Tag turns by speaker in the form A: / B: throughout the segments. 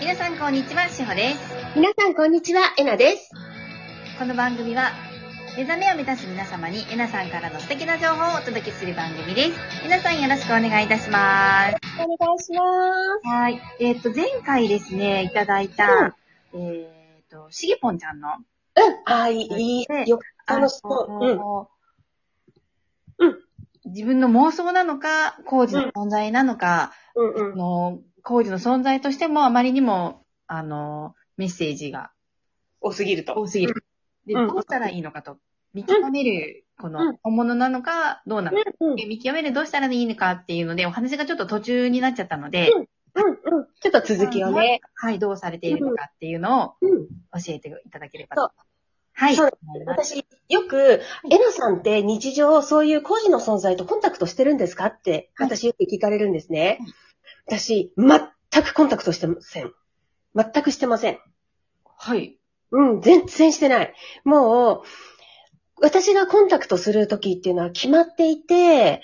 A: 皆さんこんにちは、しほです。
B: 皆さん、こんにちは。えなです。
A: この番組は、目覚めを目指す皆様に、えなさんからの素敵な情報をお届けする番組です。皆さんよろしくお願いいたします。
B: お願いします。
A: はい。えっ、と、前回ですね、いただいた、えっ、と、しげぽんちゃんの、
B: うん。ああ、いい、いい
A: で、
B: よ、楽しそう。
A: そう
B: うん
A: 自分の妄想なのか、工事の存在なのか、
B: うん。うん
A: あ
B: うん。
A: の、工事の存在としてもあまりにも、あの、メッセージが
B: 多すぎると。
A: 多すぎる。で、
B: うん
A: どうしたらいいのかと。見極める、こ
B: う
A: の
B: ん、
A: 本物なのか、どうなのか。
B: うん。うん。
A: 見極める、どうしたらいいのかっていうので、お話がちょっと途中になっちゃったので、
B: うん。うん。ちょっと続きをね。
A: はい、どうされているのかっていうのを
B: うん。
A: 教えていただければ
B: そう
A: と。はい。
B: そう
A: 思います
B: 私、よく、えなさんって日常、そういう孤児の存在とコンタクトしてるんですかって、
A: はい
B: 私よく聞かれるんですね。私、全くコンタクトしてません。全くしてません。
A: はい。
B: うん、全然してない。もう、私がコンタクトするときっていうのは決まっていて、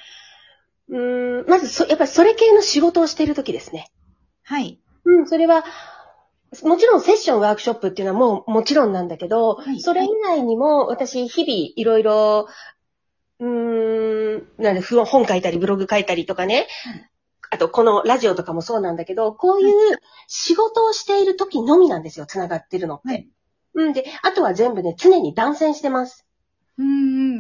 B: うーん、まずそ、やっぱりそれ系の仕事をしているときですね。
A: はい。
B: うん、それは、もちろんセッション、ワークショップっていうのはもうもちろんなんだけど、
A: はい
B: それ以外にも私日々いろいろ、うーん、なんでふ本書いたりブログ書いたりとかね、あとこのラジオとかもそうなんだけど、こういう仕事をしている時のみなんですよ、繋がってるのって。
A: はい
B: うんで、あとは全部ね、常に断線してます。
A: うんう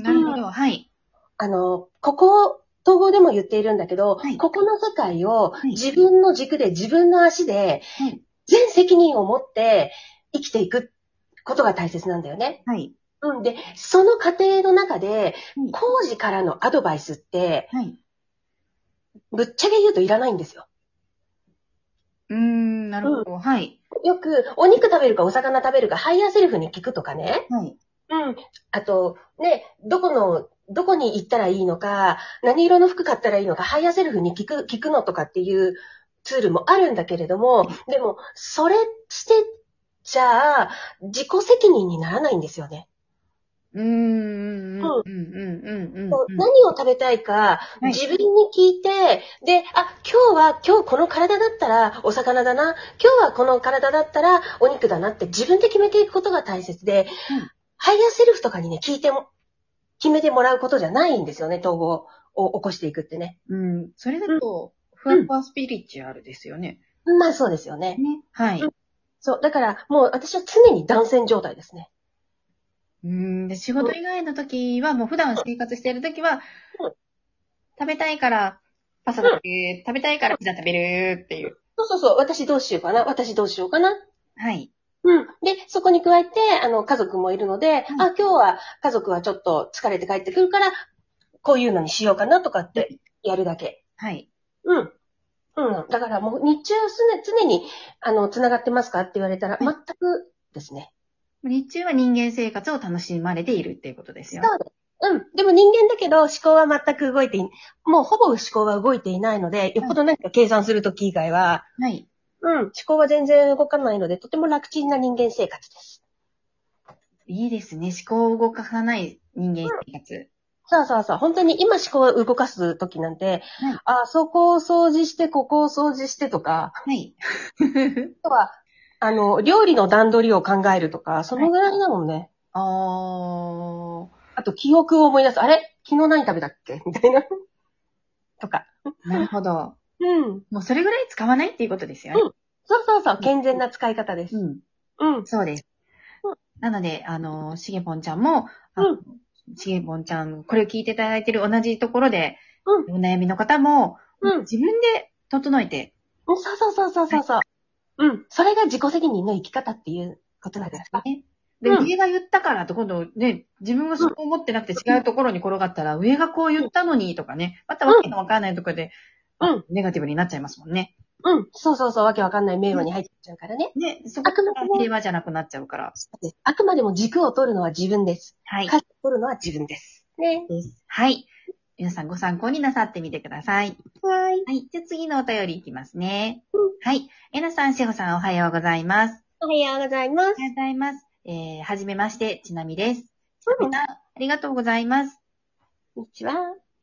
A: ん、なるほど。はい。
B: あの、ここを、統合でも言っているんだけど、
A: はい
B: ここの世界を
A: い
B: 自分の軸で自分の足で
A: はい。
B: 全責任を持って生きていくことが大切なんだよね。
A: はい。
B: うん。で、その過程の中で
A: うん、
B: 工事からのアドバイスって、
A: はい。
B: ぶっちゃけ言うといらないんですよ。
A: うーん、なるほど。はい。
B: よく、お肉食べるかお魚食べるか、ハイヤーセルフに聞くとかね。
A: はい。
B: うん。あと、ね、どこの、どこに行ったらいいのか、何色の服買ったらいいのか、ハイヤーセルフに聞く、聞くのとかっていうツールもあるんだけれども、でも、それして、じゃあ、自己責任にならないんですよね。
A: うーん、うん、うん、うん、うん。
B: そう
A: うん
B: 何を食べたいか、
A: い
B: 自分に聞いて、で、あ、今日は、今日この体だったらお魚だな、今日はこの体だったらお肉だなって自分で決めていくことが大切で、
A: うん
B: ハイヤーセルフとかにね、聞いても、決めてもらうことじゃないんですよね、統合を起こしていくってね。
A: うん。それだと、ふわふわスピリチュアルですよね。
B: まあそうですよね。
A: ね。はい。
B: うそう、だからもう私は常に断線状態ですね。
A: うん。で、仕事以外の時は、もう普段生活している時は
B: うん、
A: 食べたいから、パスタ食べる、食べたいからピザ食べるっていう。
B: そうそうそう、私どうしようかな、私どうしようかな
A: はい。
B: うん。で、そこに加えて、あの、家族もいるので、
A: うん
B: あ、今日は家族はちょっと疲れて帰ってくるから、こういうのにしようかなとかってやるだけ。
A: はい。
B: うん。うん。だからもう日中常常に、あの、繋がってますかって言われたら、
A: い
B: 全くですね。
A: 日中は人間生活を楽しまれているっていうことですよね。
B: そうです。うん。でも人間だけど思考は全く動いてい、もうほぼ思考は動いていないので、よっぽど何か計算するとき以外は、
A: はい。
B: うん。思考は全然動かないので、とても楽ちんな人間生活です。
A: いいですね。思考を動かさない人間生活。
B: そうそうそう。本当に今思考を動かすときなんて、
A: はい
B: あ、そこを掃除して、ここを掃除してとか、
A: はい。
B: あとは、あの、料理の段取りを考えるとか、そのぐらいだもんね。
A: あー。
B: あと、記憶を思い出す。あれ昨日何食べたっけみたいな。とか。
A: なるほど。
B: うん。
A: もうそれぐらい使わないっていうことですよね。
B: そうそうそう。健全な使い方です。
A: うん。
B: うん。
A: そうです
B: う。
A: なので、あの、しげぽんちゃんも、あ
B: う
A: しげぽんちゃん、これを聞いていただいている同じところで、
B: う
A: お悩みの方も、
B: うん。
A: 自分で整えて、
B: そうそうそうそうそうそう。うん。それが自己責任の生き方っていうことだから。
A: ね。で、
B: うん
A: 上が言ったからと、今度ね、自分がそう思ってなくて違うところに転がったら、上がこう言ったのにとかね、またわけのわからないところで、
B: うん。
A: ネガティブになっちゃいますもんね。
B: うん。そうそうそう。わけわかんない迷路に入っちゃうからね。
A: ね、そこ
B: あくま
A: が
B: でも
A: 平和じゃなくなっちゃうから。
B: あくまでも軸を取るのは自分です。
A: はい。
B: 舵を取るのは自分です。ね。
A: はい。皆さんご参考になさってみてください。
B: はい。
A: はい。じゃあ次のお便りいきますね
B: うん。
A: はい。えなさん、しほさん、おはようございます。
B: おはようございます
A: お。はようございます。えー、はじめまして、ちなみです。
B: う
A: み
B: ん
A: なありがとうございます。
B: こんにちは。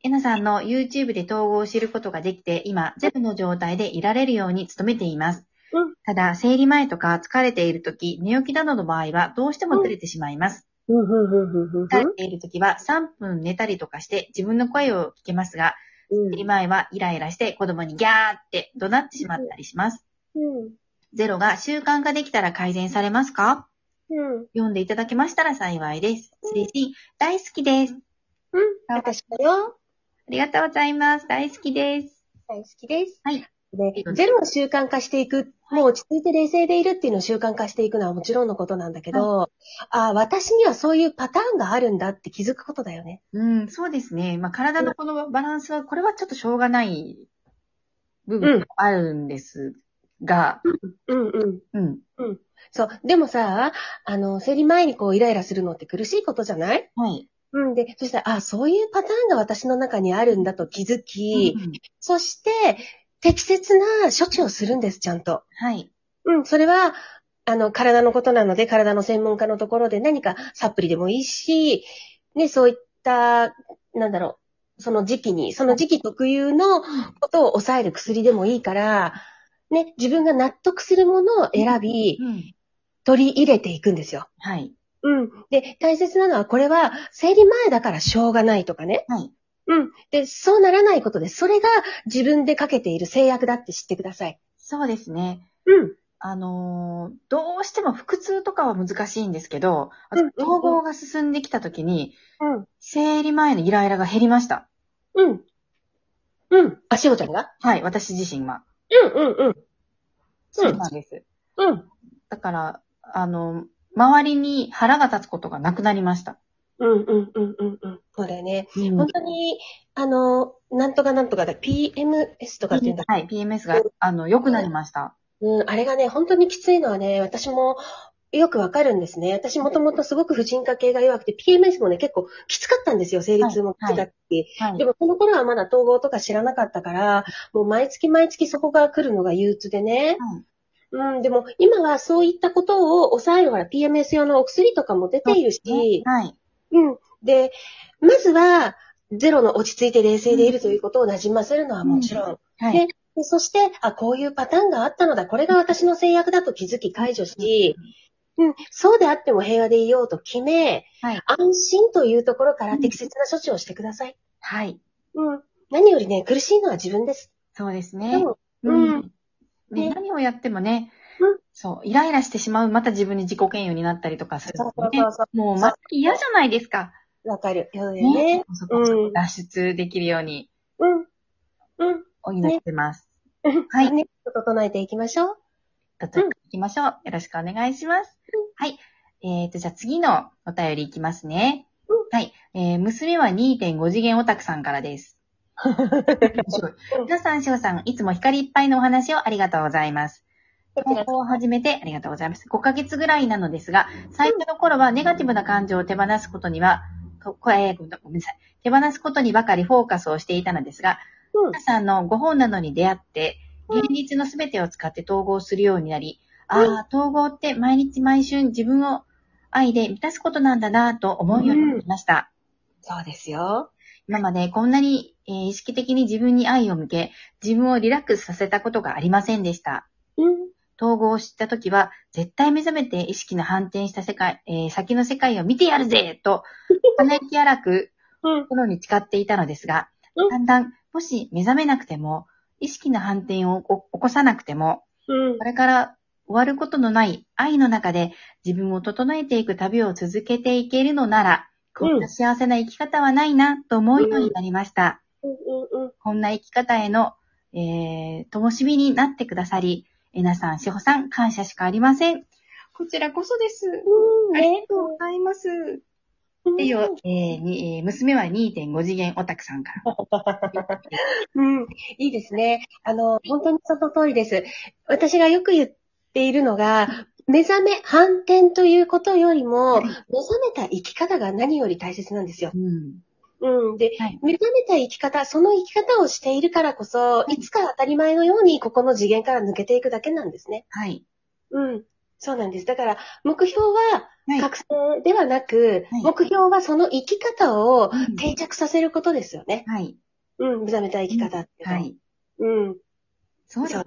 A: えなさんの YouTube で統合を知ることができて、今、ゼロの状態でいられるように努めています。
B: うん
A: ただ、生理前とか疲れている時、寝起きなどの場合は、どうしてもずれてしまいます。
B: うん、うん、うん、うん、うん。
A: 疲れている時は、3分寝たりとかして、自分の声を聞けますが、
B: うん
A: 生理前はイライラして子供にギャーって怒鳴ってしまったりします。
B: うん、
A: ゼロが習慣化できたら改善されますか
B: うん。
A: 読んでいただけましたら幸いです。スレジン、大好きです。
B: うん。私だ
A: あ
B: よ。
A: りがとうございます。大好きです。
B: 大好きです。
A: はい。
B: で、ゼロを習慣化していく。もう落ち着いて冷静でいるっていうのを習慣化していくのはもちろんのことなんだけど、ああ、私にはそういうパターンがあるんだって気づくことだよね。
A: うん、そうですね。まあ、体のこのバランスは、これはちょっとしょうがない部分もあるんですが、
B: うんうん。
A: うん。
B: そう。でもさ、あの、生理前にこうイライラするのって苦しいことじゃない
A: はい。
B: うん。で、そしたら、ああ、そういうパターンが私の中にあるんだと気づき、
A: うん
B: そして、適切な処置をするんです、ちゃんと。
A: はい。
B: うん、それは、あの、体のことなので、体の専門家のところで何かサプリでもいいし、ね、そういった、なんだろう、その時期に、その時期特有のことを抑える薬でもいいから、ね、自分が納得するものを選び、
A: うん
B: 取り入れていくんですよ。
A: はい。
B: うん。で、大切なのは、これは、生理前だからしょうがないとかね。
A: はい。
B: うん。で、そうならないことです。それが自分でかけている制約だって知ってください。
A: そうですね。
B: うん。
A: あのーどうしても腹痛とかは難しいんですけど、
B: うんうん
A: 私統合が進んできた時に、
B: うん。
A: 生理前のイライラが減りました。
B: うん。うん。あ、しほちゃんが
A: はい、私自身は。
B: うん、うん、うん。
A: そうなんです。
B: うん。
A: だから、あの、周りに腹が立つことがなくなりました。
B: うん、うん、うん、うん、うん。そうだよね。
A: うん
B: 本当に、あの、なんとかなんとかだ、PMS とかって言うんだ。
A: はい、PMS が、あの、良くなりました。
B: うん、あれがね、本当にきついのはね、私もよくわかるんですね。私もともとすごく婦人科系が弱くて、PMS もね、結構きつかったんですよ。生理痛もきつかって。
A: はい
B: で。も、この頃はまだ統合とか知らなかったから、もう毎月毎月そこが来るのが憂鬱でね。うん、でも今はそういったことを抑えるほら PMS 用のお薬とかも出ているし、
A: はい。
B: うん。で、まずは、ゼロの落ち着いて冷静でいるということを馴染ませるのはもちろん。
A: はい。
B: でそして、あ、こういうパターンがあったのだ、これが私の制約だと気づき解除し、うん、そうであっても平和でいようと決め、
A: はい
B: 安心というところから
A: うん
B: 適切な処置をしてください。
A: はい。
B: うん。何よりね、苦しいのは自分です。
A: そうです
B: で
A: ね。
B: も、
A: うん。ね
B: ね
A: 何をやってもね
B: うん、
A: そう、イライラしてしまう、また自分に自己嫌悪になったりとかする
B: そう
A: の
B: そう
A: でね
B: そうそ
A: もう、まさに嫌じゃないですか。
B: う、わかる。そうだよ
A: ね
B: ね。。
A: そこそこ脱出できるように、
B: うん。うん。
A: お祈りしてます。は
B: はいい。ね、整えていきましょう。
A: ちょっと行きましょう。よろしくお願いします。はい。えー、と、じゃあ次のお便りいきますね。はい。えー、娘は2.5次元オタクさんからです。面白い皆さん、しおさん、いつも光いっぱいのお話をありがとうございます。投稿を始めてありがとうございます。5ヶ月ぐらいなのですが、最初の頃はネガティブな感情を手放すことには、ここえーごめんごめんなさい。手放すことにばかりフォーカスをしていたのですが、
B: うん
A: 皆さんのご本なのに出会って、現実のすべてを使って統合するようになり、ああ、統合って毎日毎週自分を愛で満たすことなんだなぁと思うようになりました。
B: そうですよ。
A: 今までこんなに、えー意識的に自分に愛を向け、自分をリラックスさせたことがありませんでした。
B: うん。
A: 統合を知った時は、絶対目覚めて意識の反転した世界、えー先の世界を見てやるぜと、鼻息荒く
B: うん。
A: 心に誓っていたのですが
B: う、ん
A: だんだん、もし目覚めなくても、意識の反転を起こ起こさなくても、
B: うん
A: こ。れから終わることのない愛の中で自分を整えていく旅を続けていけるのなら、こんな幸せな生き方はないなと思うようになりました。
B: うん。うん。
A: こんな生き方への、えー、灯火になってくださり、えなさん、しほさん、感謝しかありません。こちらこそです。
B: うん。
A: あり
B: ね
A: が。とうございます。っていう、えーにえー娘は2.5次元オタクさんから。
B: うん。いいですね。あの、本当にその通りです。私がよく言っているのが、目覚め、反転ということよりも、目覚めた生き方が何より大切なんですよ。
A: うん。
B: うん。で、
A: はい
B: 目覚めた生き方、その生き方をしているからこそ、いつか当たり前のように、ここの次元から抜けていくだけなんですね。
A: はい。
B: うん。そうなんです。だから、目標は、
A: はい
B: 覚醒ではなく、
A: はい
B: 目標はその生き方を
A: うん
B: 定着させることですよね。
A: はい。
B: うん、目覚めた生き方っていうの
A: は。い。
B: うん。
A: そうで
B: そ
A: す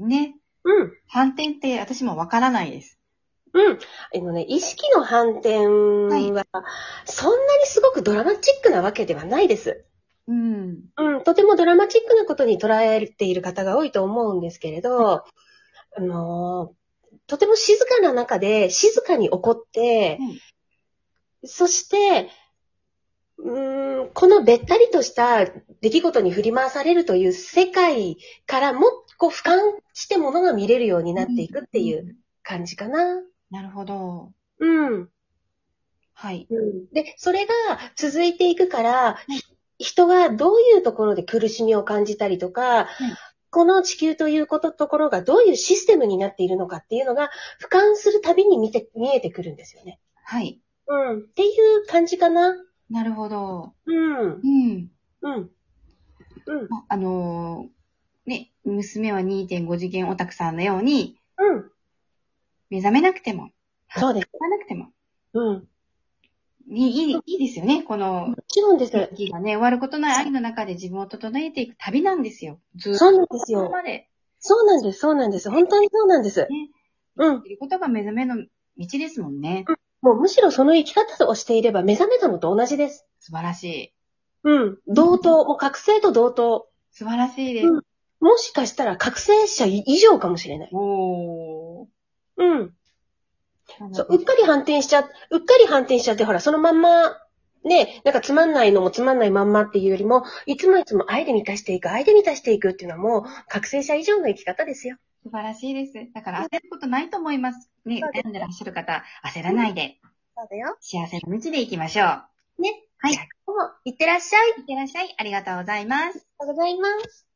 B: う。
A: ね。
B: うん。
A: 反転って私もわからないです。
B: うん。あのね、意識の反転は、そんなにすごくドラマチックなわけではないです。
A: うん。
B: うん。とてもドラマチックなことに捉えている方が多いと思うんですけれど、あのー、とても静かな中で、静かに起こって、
A: はい
B: そして、うーんこのべったりとした出来事に振り回されるという世界からもっとこう俯瞰してものが見れるようになっていくっていう
A: う。
B: 感じかな。
A: なるほど。
B: うん。
A: はい。
B: で、それが続いていくから、ひ人がどういうところで苦しみを感じたりとか、この地球ということ、ところがどういうシステムになっているのかっていうのが、俯瞰するたびに見て、見えてくるんですよね。
A: はい。
B: うん。っていう感じかな。
A: なるほど。
B: うん。
A: うん。
B: うん。うん。
A: まあのーね、娘は2.5次元オタクさんのように、
B: うん。
A: 目覚めなくても、
B: そうです。
A: 聞かなくても、
B: うん。も
A: いい、いいいいですよね。この、
B: ちろんです。
A: 時がね、終わることない愛の中で自分を整えていく旅なんですよ。ずっと。
B: そうなんです
A: ここ
B: よ。
A: まで、
B: そうなんです。そうなんです。本当にそうなんです。うん。
A: いることが目覚めの道ですもんね。
B: もうむしろその生き方をしていれば目覚めたのと同じです。
A: 素晴らしい。
B: うん。同等。もう覚醒と同等。
A: 素晴らしいです。
B: うんもしかしたら覚醒者以上かもしれない。
A: おー。
B: うん。そう、うっか
A: り。
B: り反転しちゃ、うっかり反転しちゃって、ほら、そのまんま、ね、なんかつまんないのもつまんないまんまっていうよりも、いつもいつも愛で満たしていく、愛で満たしていくっていうのはもう、覚醒者以上の生き方ですよ。
A: 素晴らしいです。だから焦ることないと思います。ね
B: そう、です
A: 悩んでらっしゃる方、焦らないで、
B: そうだよ。
A: 幸せの道で行きましょう。
B: ね。
A: はい
B: じゃあ。どうもいってらっしゃい。あ
A: い
B: り
A: ってらっしゃい。ありがとうございます。
B: がとうございます。